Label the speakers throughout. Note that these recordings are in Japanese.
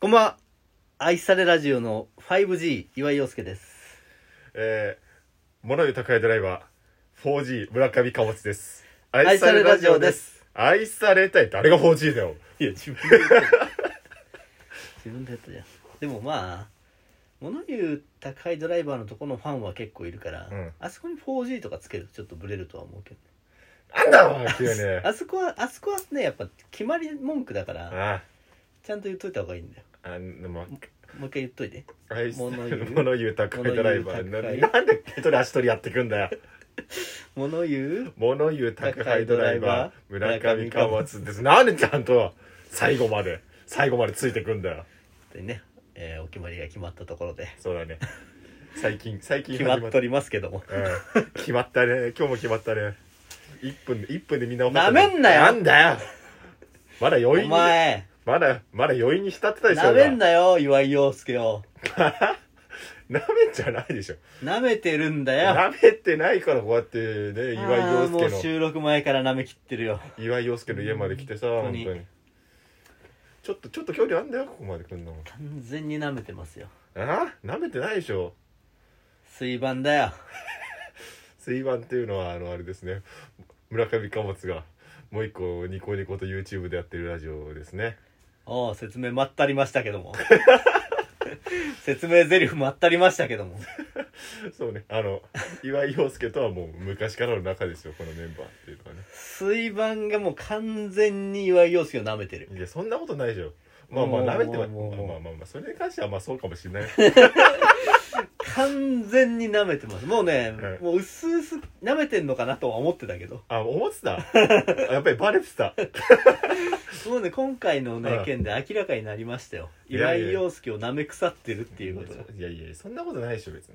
Speaker 1: こんばんは。愛されラジオの 5G、岩井陽介です。
Speaker 2: えー、物言う宅配ドライバー、4G、村上貨物です。
Speaker 1: 愛されラジオです。
Speaker 2: 愛されたい、誰が 4G だよ。
Speaker 1: いや、 自分で言った。自分で言ったじゃん。でもまあ、物言う宅配ドライバーのとこのファンは結構いるから、
Speaker 2: うん
Speaker 1: あそこに 4G とかつけるとちょっとブレるとは思うけど。
Speaker 2: なんだよ、急 に。
Speaker 1: あそこは、あそこはね、やっぱ決まり文句だから、
Speaker 2: あ、
Speaker 1: ちゃんと言っといた方がいいんだよ。
Speaker 2: あの、ま
Speaker 1: もう一回言っといて。
Speaker 2: あ、愛さ
Speaker 1: 物言う
Speaker 2: 物言う宅配ドライバー。
Speaker 1: 物
Speaker 2: な
Speaker 1: 言う宅配
Speaker 2: なんで一人足取りやってくんだよ。
Speaker 1: 物言う
Speaker 2: 物言う宅配ドライバー、
Speaker 1: 村
Speaker 2: 村
Speaker 1: 上
Speaker 2: 上
Speaker 1: 貨
Speaker 2: 貨
Speaker 1: 物
Speaker 2: 物です。なんでちゃんと、最後まで、最後までついてくんだよ。
Speaker 1: ってね、えーお決まりが決まったところで、
Speaker 2: そうだね。最近、最近
Speaker 1: 決まっ
Speaker 2: 始
Speaker 1: とりますけども。
Speaker 2: うん決まったね今日も決まったね1分で1分でみんな分かった
Speaker 1: なめんなよ
Speaker 2: なんだよまだ余韻
Speaker 1: お
Speaker 2: に
Speaker 1: 前、
Speaker 2: まだまだ余韻に浸ってたでしょ
Speaker 1: なめん
Speaker 2: な
Speaker 1: なよ、岩井陽介を。
Speaker 2: なめんじゃないでしょ
Speaker 1: 舐めてるんだよ。
Speaker 2: なめてないからこうやってね岩井
Speaker 1: あーも
Speaker 2: 陽
Speaker 1: う
Speaker 2: 介
Speaker 1: 収録前から舐めきってるよ
Speaker 2: の岩井陽介の家まで来てさ
Speaker 1: 本当
Speaker 2: 本当
Speaker 1: に
Speaker 2: にちょっとちょっと距離あんだよここまで来んのも
Speaker 1: 完全に舐めてますよ
Speaker 2: あなめてないでしょ
Speaker 1: 水盤だよ
Speaker 2: 水盤っていうのはあのあれですね村上貨物がもう一個ニコニコと YouTube でやってるラジオですね
Speaker 1: おう説明まったりましたけども 説明ゼリフまったりましたけども
Speaker 2: そうね、あの、岩井陽介とはもう昔からの仲ですよ、このメンバーっていうのはね。
Speaker 1: 水盤がもう完全に岩井陽介を舐めてる
Speaker 2: いや、そんなことないでしょ。まあまあ、
Speaker 1: もう
Speaker 2: 舐めては、ま
Speaker 1: もうもう
Speaker 2: あまあまあまあ、それに関してはまあそうかもしれない。
Speaker 1: 完全に舐めてますもうね、
Speaker 2: はい
Speaker 1: もう薄々舐めてんのかなとは思ってたけど
Speaker 2: あ、思ってた。やっぱりバレてた。
Speaker 1: もうね今回のね
Speaker 2: はい
Speaker 1: 件で明らかになりましたよ
Speaker 2: い
Speaker 1: 岩
Speaker 2: やいや
Speaker 1: 井陽介を舐め腐ってるっていうことが
Speaker 2: いやいや、そんなことないでしょ、別に。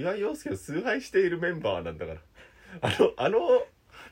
Speaker 2: 岩井陽介を崇拝しているメンバーなんだから。あの、あの、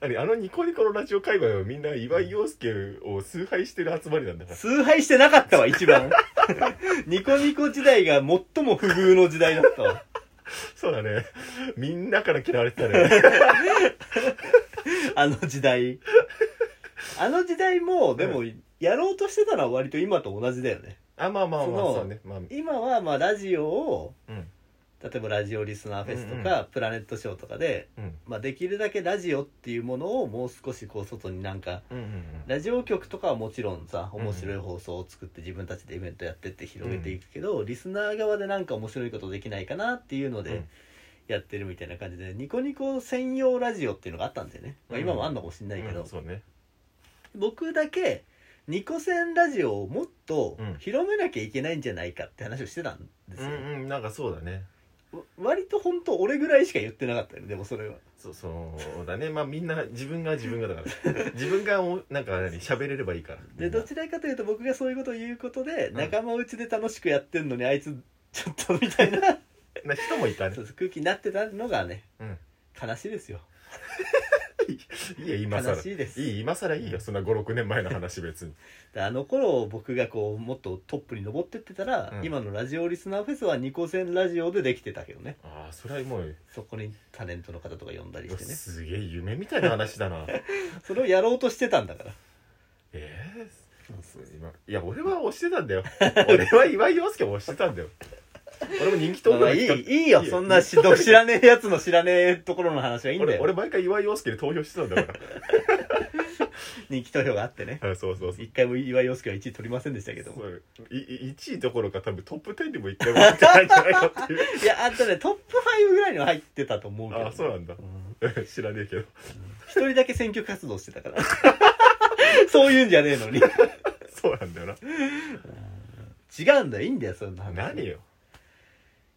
Speaker 2: 何あのニコニコのラジオ界隈はみんな岩井陽介を崇拝してる集まりなんだから。
Speaker 1: 崇拝してなかったわ一番 ニコニコ時代が最も不遇の時代だったわ
Speaker 2: そうだね。みんなから嫌われてた ね。
Speaker 1: あの時代あの時代もでもやろうとしてたのは割と今と同じだよね
Speaker 2: あ、まあまあまあ、
Speaker 1: その
Speaker 2: そうね。まあ、
Speaker 1: 今はまあラジオを
Speaker 2: うん。
Speaker 1: 例えばラジオリスナーフェスと
Speaker 2: うん
Speaker 1: かプラネットショーとかで、
Speaker 2: うん。
Speaker 1: まあ、できるだけラジオっていうものをもう少しこう外になんか
Speaker 2: うんうん
Speaker 1: ラジオ局とかはもちろんさ
Speaker 2: うん
Speaker 1: 面白い放送を作って自分たちでイベントやってって広げていくけど、リスナー側でなんか面白いことできないかなっていうの
Speaker 2: う
Speaker 1: で
Speaker 2: ん
Speaker 1: やってるみたいな感じで、ニコニコ専用ラジオっていうのがあったんだよね、まあ、
Speaker 2: うん
Speaker 1: 今もあんのかもしん
Speaker 2: う
Speaker 1: なんいけど、
Speaker 2: うんそうね
Speaker 1: 僕だけニコ戦ラジオをもっと
Speaker 2: うん
Speaker 1: 広めなきゃいけないんじゃないかって話をしてたんです
Speaker 2: う
Speaker 1: よ、
Speaker 2: んうんなんかそうだね
Speaker 1: わ割と本当俺ぐらいしか言ってなかったよねでもそれは
Speaker 2: そうそうだねまあみんな自分が自分がだから 自分がおなんか何喋れればいいから
Speaker 1: でどちらかというと僕がそういうことを言うことで、
Speaker 2: ん
Speaker 1: 仲間内で楽しくやってんのにあいつちょっとみたいな
Speaker 2: な人もいたね
Speaker 1: そうです空気になってたのがね
Speaker 2: うん
Speaker 1: 悲しいですよ
Speaker 2: いいよ今
Speaker 1: 悲
Speaker 2: 更
Speaker 1: しいです
Speaker 2: いい今更いいよそんな56年前の話別に
Speaker 1: であの頃僕がこうもっとトップに登ってってたら、
Speaker 2: うん
Speaker 1: 今のラジオリスナーフェスはニコ戦ラジオでできてたけどね
Speaker 2: ああそれはもう
Speaker 1: そこにタレントの方とか呼んだりしてね
Speaker 2: すげえ夢みたいな話 だな
Speaker 1: それをやろうとしてたんだから
Speaker 2: ええ今いや俺は押してたんだよ俺は岩井陽介を押してたんだよ俺も人気投
Speaker 1: ま
Speaker 2: 票
Speaker 1: あま
Speaker 2: の
Speaker 1: あい
Speaker 2: 企画
Speaker 1: いいいよ
Speaker 2: いいよ
Speaker 1: そんなしど知らねえやつの知らねえところの話はいいんだ
Speaker 2: 俺
Speaker 1: よ
Speaker 2: 俺毎回岩井陽介で投票してたんだか
Speaker 1: 人気投票があってね
Speaker 2: らうん そうそうそう
Speaker 1: 一回も岩井陽介は1位取りませんでしたけども
Speaker 2: そういい1位どころか多分トップ10にも1回も入ってないんじゃないかっていう
Speaker 1: いやあとねトップ5ぐらいには入ってたと思うけど
Speaker 2: ああそうなんだ
Speaker 1: うん
Speaker 2: 知らねえけど
Speaker 1: 一人だけ選挙活動してたから そういうんじゃねえのに
Speaker 2: そうなんだよな
Speaker 1: 違うんだよいいんだよそんな話
Speaker 2: 何
Speaker 1: い
Speaker 2: よ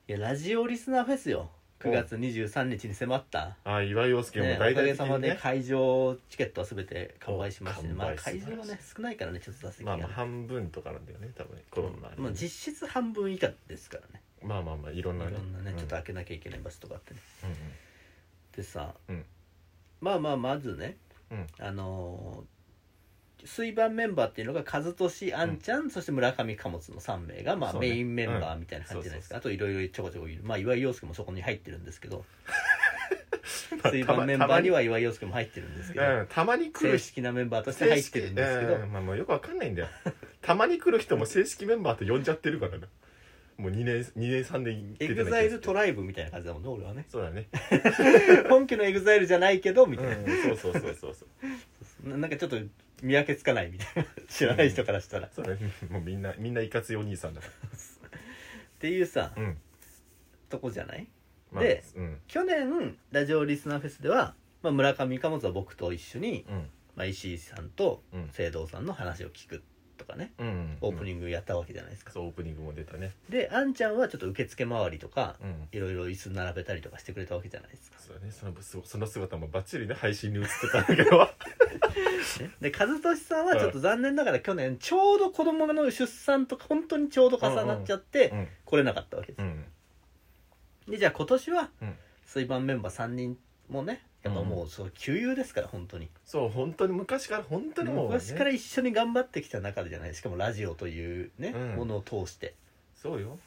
Speaker 1: やラジオリスナーフェスよ9月23日に迫った、
Speaker 2: ああ岩井陽介も
Speaker 1: ね、おか
Speaker 2: 大体
Speaker 1: げ
Speaker 2: 的
Speaker 1: さ
Speaker 2: に
Speaker 1: ま
Speaker 2: ね
Speaker 1: で会場チケットは全て完売しまして、
Speaker 2: お完売
Speaker 1: まあ、
Speaker 2: 素晴
Speaker 1: 会
Speaker 2: らしい
Speaker 1: 場はね少ないからねちょっと座席
Speaker 2: ま
Speaker 1: が、
Speaker 2: あまあ半分とかなんだよね多分コロナね
Speaker 1: まあ、実質半分以下ですからね
Speaker 2: まあまあまあいろんない
Speaker 1: ろんなね、
Speaker 2: うん
Speaker 1: ちょっと開けなきゃいけない場所とかあってね
Speaker 2: うんうん
Speaker 1: でさ、
Speaker 2: うん
Speaker 1: まあまあまずね、
Speaker 2: うん
Speaker 1: あのー水盤メンバーっていうのが和俊あんちゃん、そして村上貨物の3名が、まあ
Speaker 2: そうね
Speaker 1: メインメン バーみたいな感じじゃないですか、あといろいろちょこちょこいるまあ岩井陽介もそこに入ってるんですけど 水盤メンバーには岩井陽介も入ってるんですけど
Speaker 2: うんたまに来
Speaker 1: 正
Speaker 2: る人
Speaker 1: 式なメンバーとして入ってるんですけど
Speaker 2: 正式うんまあ、もうよくわかんないんだよたまに来る人も正式メンバーと呼んじゃってるからなもう2年二年3年
Speaker 1: エグザイルト
Speaker 2: ラ
Speaker 1: ライブみたいな感じだもんね俺はね
Speaker 2: そうだね、
Speaker 1: 本家のエグザイルじゃないけどみ
Speaker 2: う
Speaker 1: たいな、
Speaker 2: ん、そうそうそうそうそう
Speaker 1: ななんかちょっと見分けつかないみたいな知らない人からしたら、っ
Speaker 2: そうだねもうみんなみんないかついお兄さんだか
Speaker 1: ていうさ、
Speaker 2: らうん、
Speaker 1: とこじゃないで
Speaker 2: でうん
Speaker 1: 去年ラジオリスナーフェスでは、まあ、村上貨物は僕と一緒に、
Speaker 2: うん
Speaker 1: まあ、石井さんと
Speaker 2: うん
Speaker 1: 聖堂さんの話を聞くとかね
Speaker 2: うん
Speaker 1: オープニ
Speaker 2: ング
Speaker 1: ングやったわけじゃないですか、
Speaker 2: そうオープニングも出たね
Speaker 1: であんちゃんはちょっと受付回りとか
Speaker 2: うん
Speaker 1: いろいろ椅子並べたりとかしてくれたわけじゃないですか、
Speaker 2: そうだねそのそその姿もバッチリね配信に映ってたんだけ ど
Speaker 1: ね、で和俊さんはちょっと残念ながら去年ちょうど子供の出産とか本当にちょうど重なっちゃって
Speaker 2: うん
Speaker 1: 来れなかったわけです、
Speaker 2: うん
Speaker 1: でじゃあ今年は
Speaker 2: うん
Speaker 1: 水盤メンバー3人もねやっぱもうそう旧友ですから本当に
Speaker 2: そう本当に昔から本当にもう、ね、
Speaker 1: 昔から一緒に頑張ってきた中でじゃないしかもラジオというね、
Speaker 2: うん
Speaker 1: ものを通してっ
Speaker 2: そうよ、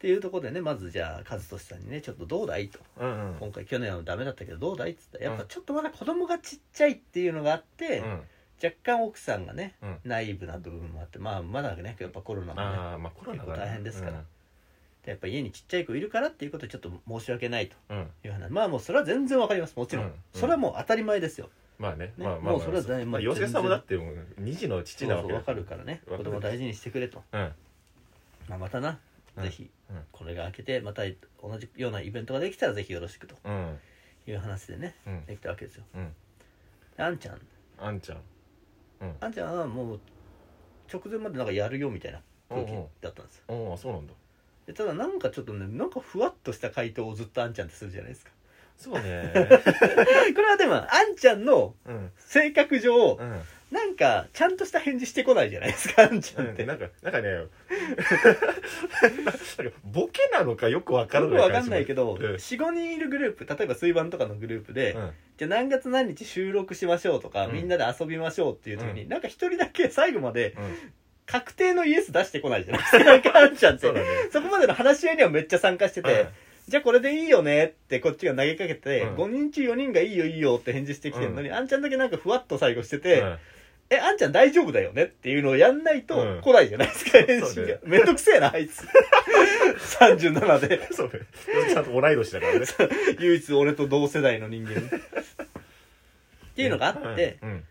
Speaker 1: ていうところでねまずじゃあ和俊さんにねちょっとどうだいと
Speaker 2: うん、うんうん
Speaker 1: 今回去年はダメだったけどどうだいっつったらやっぱ
Speaker 2: うん
Speaker 1: ちょっとまだ子供がちっちゃいっていうのがあって、
Speaker 2: うん
Speaker 1: 若干奥さんがね、
Speaker 2: うん
Speaker 1: ナイーブな部分もあってまあまだねやっぱコロナもね
Speaker 2: ああまあコロナだな
Speaker 1: 結構大変ですから
Speaker 2: う
Speaker 1: でやっぱ家にちっちゃい子いるからっていうことでちょっと申し訳ないと
Speaker 2: ん、うん
Speaker 1: いう話まあもうそれは全然わかりますもちろん、
Speaker 2: うんうん
Speaker 1: それはもう当たり前ですよ
Speaker 2: まあね
Speaker 1: ね
Speaker 2: まあまあ、まあ、
Speaker 1: もうそれは大
Speaker 2: まあ
Speaker 1: もう
Speaker 2: 吉田さんもだってもう2児の父なわ
Speaker 1: そ
Speaker 2: け
Speaker 1: うそう
Speaker 2: だ
Speaker 1: わかるからね
Speaker 2: わ
Speaker 1: 子
Speaker 2: かる
Speaker 1: 供大事にしてくれと、
Speaker 2: うん
Speaker 1: まあ、またな、
Speaker 2: うん
Speaker 1: ぜひ
Speaker 2: うん
Speaker 1: これが明けてまた同じようなイベントができたらぜひよろしくと
Speaker 2: うん
Speaker 1: いう話でね
Speaker 2: うん
Speaker 1: できたわけですよ
Speaker 2: うん
Speaker 1: であんちゃん
Speaker 2: あんちゃんうん
Speaker 1: あんちゃんはもう直前までなんかやるよみたいな空気
Speaker 2: おうおう
Speaker 1: だったんですよ
Speaker 2: おあそうなんだ
Speaker 1: でただなんかちょっとねなんかふわっとした回答をずっとあんちゃんってするじゃないですか
Speaker 2: そうね
Speaker 1: これはでもあんちゃんの
Speaker 2: うん
Speaker 1: 性格上
Speaker 2: うん
Speaker 1: なんかちゃんとした返事してこないじゃないですかあんちゃんって、
Speaker 2: うんなんかなんかねなんかボケなのかよくわから
Speaker 1: よく
Speaker 2: ない
Speaker 1: わかんないけど、
Speaker 2: 感じもうん
Speaker 1: 45人いるグループ例えば水盤とかのグループで、
Speaker 2: うん
Speaker 1: じゃあ何月何日収録しましょうとか、
Speaker 2: うん
Speaker 1: みんなで遊びましょうっていう時に、
Speaker 2: う
Speaker 1: なんか一人だけ最後まで
Speaker 2: うん
Speaker 1: 確定のイエス出してこないじゃないです かなんかあんちゃんって
Speaker 2: そう
Speaker 1: そ,、
Speaker 2: だね
Speaker 1: こまでの話し合いにはめっちゃ参加してて、
Speaker 2: うん
Speaker 1: じゃあこれでいいよねってこっちが投げかけて、
Speaker 2: うん
Speaker 1: 5人中4人がいいよいいよって返事してきてるのに、あんちゃんだけなんかふわっと最後してて、
Speaker 2: うん
Speaker 1: え、あんちゃん大丈夫だよねっていうのをやんないと
Speaker 2: うん
Speaker 1: 来ないじゃないですか、返
Speaker 2: そ
Speaker 1: 信
Speaker 2: う
Speaker 1: が
Speaker 2: ね。
Speaker 1: めんどくせえな、あい つ。37で、
Speaker 2: そうねちゃんと同い年だからねっ
Speaker 1: 唯一俺と同世代の 人間。っていうのがあって、
Speaker 2: うんうん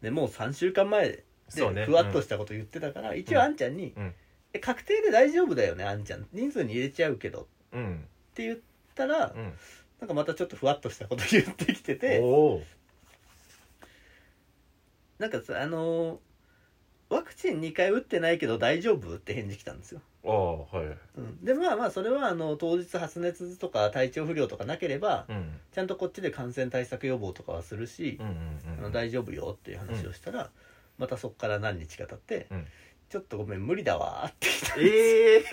Speaker 1: で、もう3週間前で、
Speaker 2: そうね
Speaker 1: ふわっとしたこと言ってたから、一応あんちゃんに、
Speaker 2: うん
Speaker 1: え、確定で大丈夫だよね、あんちゃん。人数に入れちゃうけど。っ
Speaker 2: うん
Speaker 1: て言ったら、
Speaker 2: うん
Speaker 1: なんかまたちょっとふわっとしたこと言ってきてて、
Speaker 2: おー
Speaker 1: なんかさあのーワクチン2回打ってないけど大丈夫って返事来たんですよ、
Speaker 2: ああはい
Speaker 1: うん、でまあまあそれはあの当日発熱とか体調不良とかなければ
Speaker 2: うん
Speaker 1: ちゃんとこっちで感染対策予防とかはするし
Speaker 2: う、んうん
Speaker 1: あ
Speaker 2: う
Speaker 1: の
Speaker 2: ん
Speaker 1: 大丈夫よっていう話をしたら、またそっから何日か経って、
Speaker 2: うん
Speaker 1: ちょっとごめん無理だわーって言ったんです
Speaker 2: ええ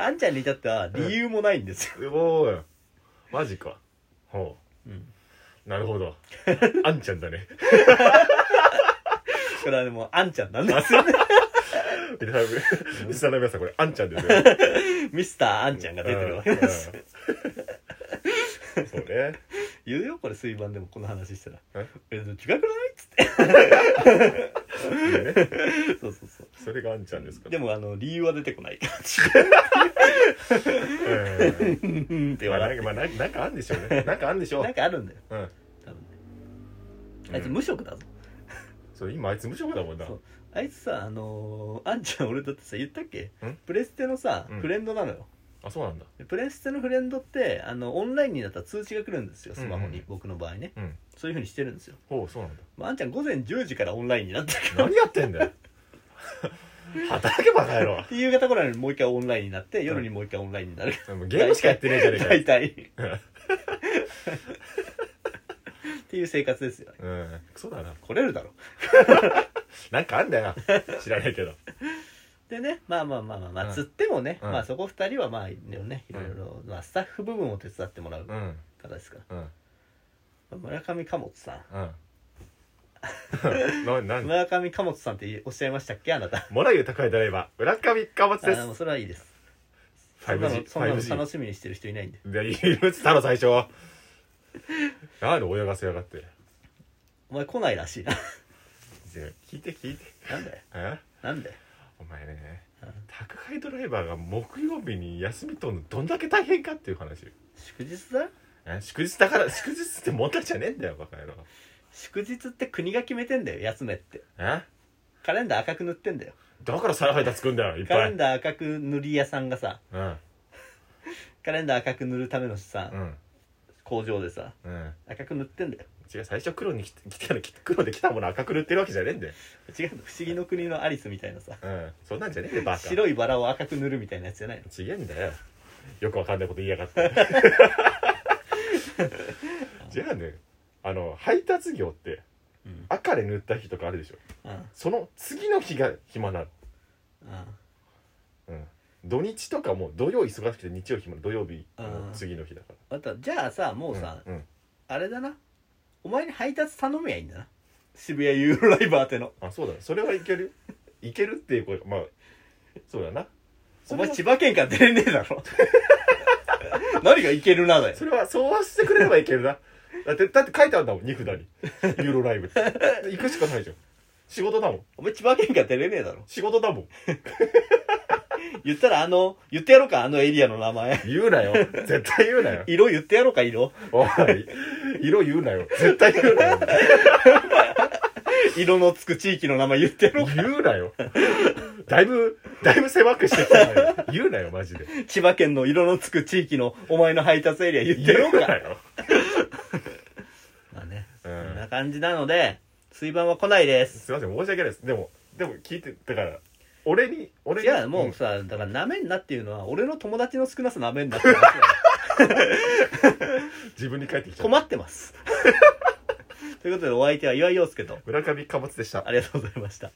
Speaker 1: あんちゃんに至っては理由もないんですよ、
Speaker 2: すごいマジかほ
Speaker 1: うん、
Speaker 2: うなるほどあんちゃんだね
Speaker 1: これはでもあんちゃんなんですよね
Speaker 2: リサリサの皆さんこれあんちゃんですね
Speaker 1: ミスターあんちゃんが出てるわけです、
Speaker 2: うんそうね
Speaker 1: 言うよこれ水盤でもこの話したら
Speaker 2: え
Speaker 1: 「え違くない?」っつって
Speaker 2: いいね
Speaker 1: そうそうそう
Speaker 2: それがあんちゃんですか
Speaker 1: で
Speaker 2: ら
Speaker 1: もあの理由は出てこない感じ
Speaker 2: うん
Speaker 1: うんって
Speaker 2: まあ
Speaker 1: 笑
Speaker 2: な
Speaker 1: っ
Speaker 2: んかまあななんかあんでしょうねなんかあんでしてょ う
Speaker 1: なんかあるんだよ
Speaker 2: うん
Speaker 1: 多分ね
Speaker 2: うん
Speaker 1: あいつ無職だぞ、
Speaker 2: そう今あいつ無職だもんな
Speaker 1: そうあいつさあのーあんちゃん俺だってさ言ったっけ
Speaker 2: ん
Speaker 1: プレステのさ
Speaker 2: うん
Speaker 1: フレンドなのよ、
Speaker 2: あそうなんだ
Speaker 1: でプレステのフレンドってあのオンラインになったら通知が来るんですよスマホに、
Speaker 2: うんうん
Speaker 1: 僕の場合ね
Speaker 2: うん
Speaker 1: そういうふうにしてるんですよ、
Speaker 2: ほうそうなんだ
Speaker 1: まあ、あんちゃん午前10時からオンラインになったから
Speaker 2: 何やってんだよ 働けばやろ
Speaker 1: って夕方ぐらいにもう一回オンラインになって夜にもう一回オンラインになる、
Speaker 2: もうゲームしかやってねえじゃねえかよ
Speaker 1: 大体っていう生活ですよね
Speaker 2: うん、クソだな。
Speaker 1: 来れるだろ
Speaker 2: なんかあんだよ。知らないけど。
Speaker 1: でねまあまあまあまあ、ま
Speaker 2: う
Speaker 1: あ、
Speaker 2: ん
Speaker 1: つってもね、
Speaker 2: うん
Speaker 1: まあそこ2人はまあねいろいろ、まあ、スタッフ部分を手伝ってもらう
Speaker 2: うん、
Speaker 1: 方ですから、
Speaker 2: うん、
Speaker 1: まあ村上貨物さ
Speaker 2: うん。な、
Speaker 1: ん
Speaker 2: なん、
Speaker 1: 村上貨物さんっておっしゃいましたっけあなた
Speaker 2: モラユ高いドライバー、村上貨物
Speaker 1: あ
Speaker 2: で
Speaker 1: もう
Speaker 2: す。
Speaker 1: それはいいですそんなの
Speaker 2: 5G
Speaker 1: そんなの
Speaker 2: 5G
Speaker 1: 楽しみにしてる人いないんで
Speaker 2: で言ってたの最初なんで泳がせやがって
Speaker 1: お前来ないらし いな
Speaker 2: で聞いて聞いて
Speaker 1: なんだよ
Speaker 2: え
Speaker 1: なんだよ
Speaker 2: お前ね
Speaker 1: うん
Speaker 2: 宅配ドライバーが木曜日に休み取るのどんだけ大変かっていう話
Speaker 1: 祝日だよ
Speaker 2: え祝日だから 祝日って問題じゃねえんだよバカ野郎
Speaker 1: 祝日って国が決めてんだよ休めって
Speaker 2: え
Speaker 1: カレンダー赤く塗ってんだよ
Speaker 2: だから再配達来んだよいっ
Speaker 1: カ
Speaker 2: ぱ
Speaker 1: レ
Speaker 2: い
Speaker 1: ンダー赤く塗り屋さんがさ
Speaker 2: うん
Speaker 1: カレンダー赤く塗るためのさ、
Speaker 2: うん
Speaker 1: 工場でさ
Speaker 2: うん
Speaker 1: 赤く塗ってんだよ
Speaker 2: 違う最初黒に来て来たの黒で来たもの赤く塗ってるわけじゃねえんだよ
Speaker 1: 違う不思議の国のアリスみたいなさ
Speaker 2: うんそんなんじゃねえんだよバカ
Speaker 1: 白いバラを赤く塗るみたいなやつじゃないの
Speaker 2: ちげえんだよよくわかんないこと言いやがって じゃあねあの配達業って
Speaker 1: うん
Speaker 2: 赤で塗った日とかあるでしょ
Speaker 1: うん
Speaker 2: その次の日が暇なの、うん、土日とかも土曜忙しくて日曜暇土曜日の次の日だか
Speaker 1: あとじゃあさも
Speaker 2: ら
Speaker 1: うさ、
Speaker 2: うんうん
Speaker 1: あれだなお前に配達頼めばいいんだな渋谷ユーロライバーっての
Speaker 2: あそうだねそれはいける いけるっていうことまあそうだな
Speaker 1: お
Speaker 2: それ
Speaker 1: 前
Speaker 2: は
Speaker 1: 千葉県から出れねえだろ 何がいけるなだよ
Speaker 2: それはそうはしてくれればいけるな だってだって書いてあるんだもん荷札にユーロライブ って行くしかないじゃん仕事だもん
Speaker 1: お前千葉県から出れねえだろ
Speaker 2: 仕事だもん
Speaker 1: 言ったらあの言ってやろうかあのエリアの名前
Speaker 2: 言うなよ絶対言うなよ
Speaker 1: 色言ってやろうか色
Speaker 2: おい色言うなよ絶対言うなよ
Speaker 1: 色のつく地域の名前言ってや ろうか
Speaker 2: 言うなよだいぶだいぶ狭くしてきたなよ言うなよマジで
Speaker 1: 千葉県の色のつく地域のお前の配達エリア言ってやろ
Speaker 2: 言
Speaker 1: う
Speaker 2: うな
Speaker 1: か
Speaker 2: よ
Speaker 1: まあねこ
Speaker 2: う
Speaker 1: ん
Speaker 2: ん
Speaker 1: な感じなので水盤は来ないです
Speaker 2: すいません申し訳ないですでもでも聞いてだから俺に俺に
Speaker 1: いやもうさだからなめんなっていうのは俺の友達の少なさなめんなっていうのは
Speaker 2: うん自分に帰ってきちゃった
Speaker 1: 困ってます ということでお相手は岩井陽介と
Speaker 2: 村上貨物でした
Speaker 1: ありがとうございました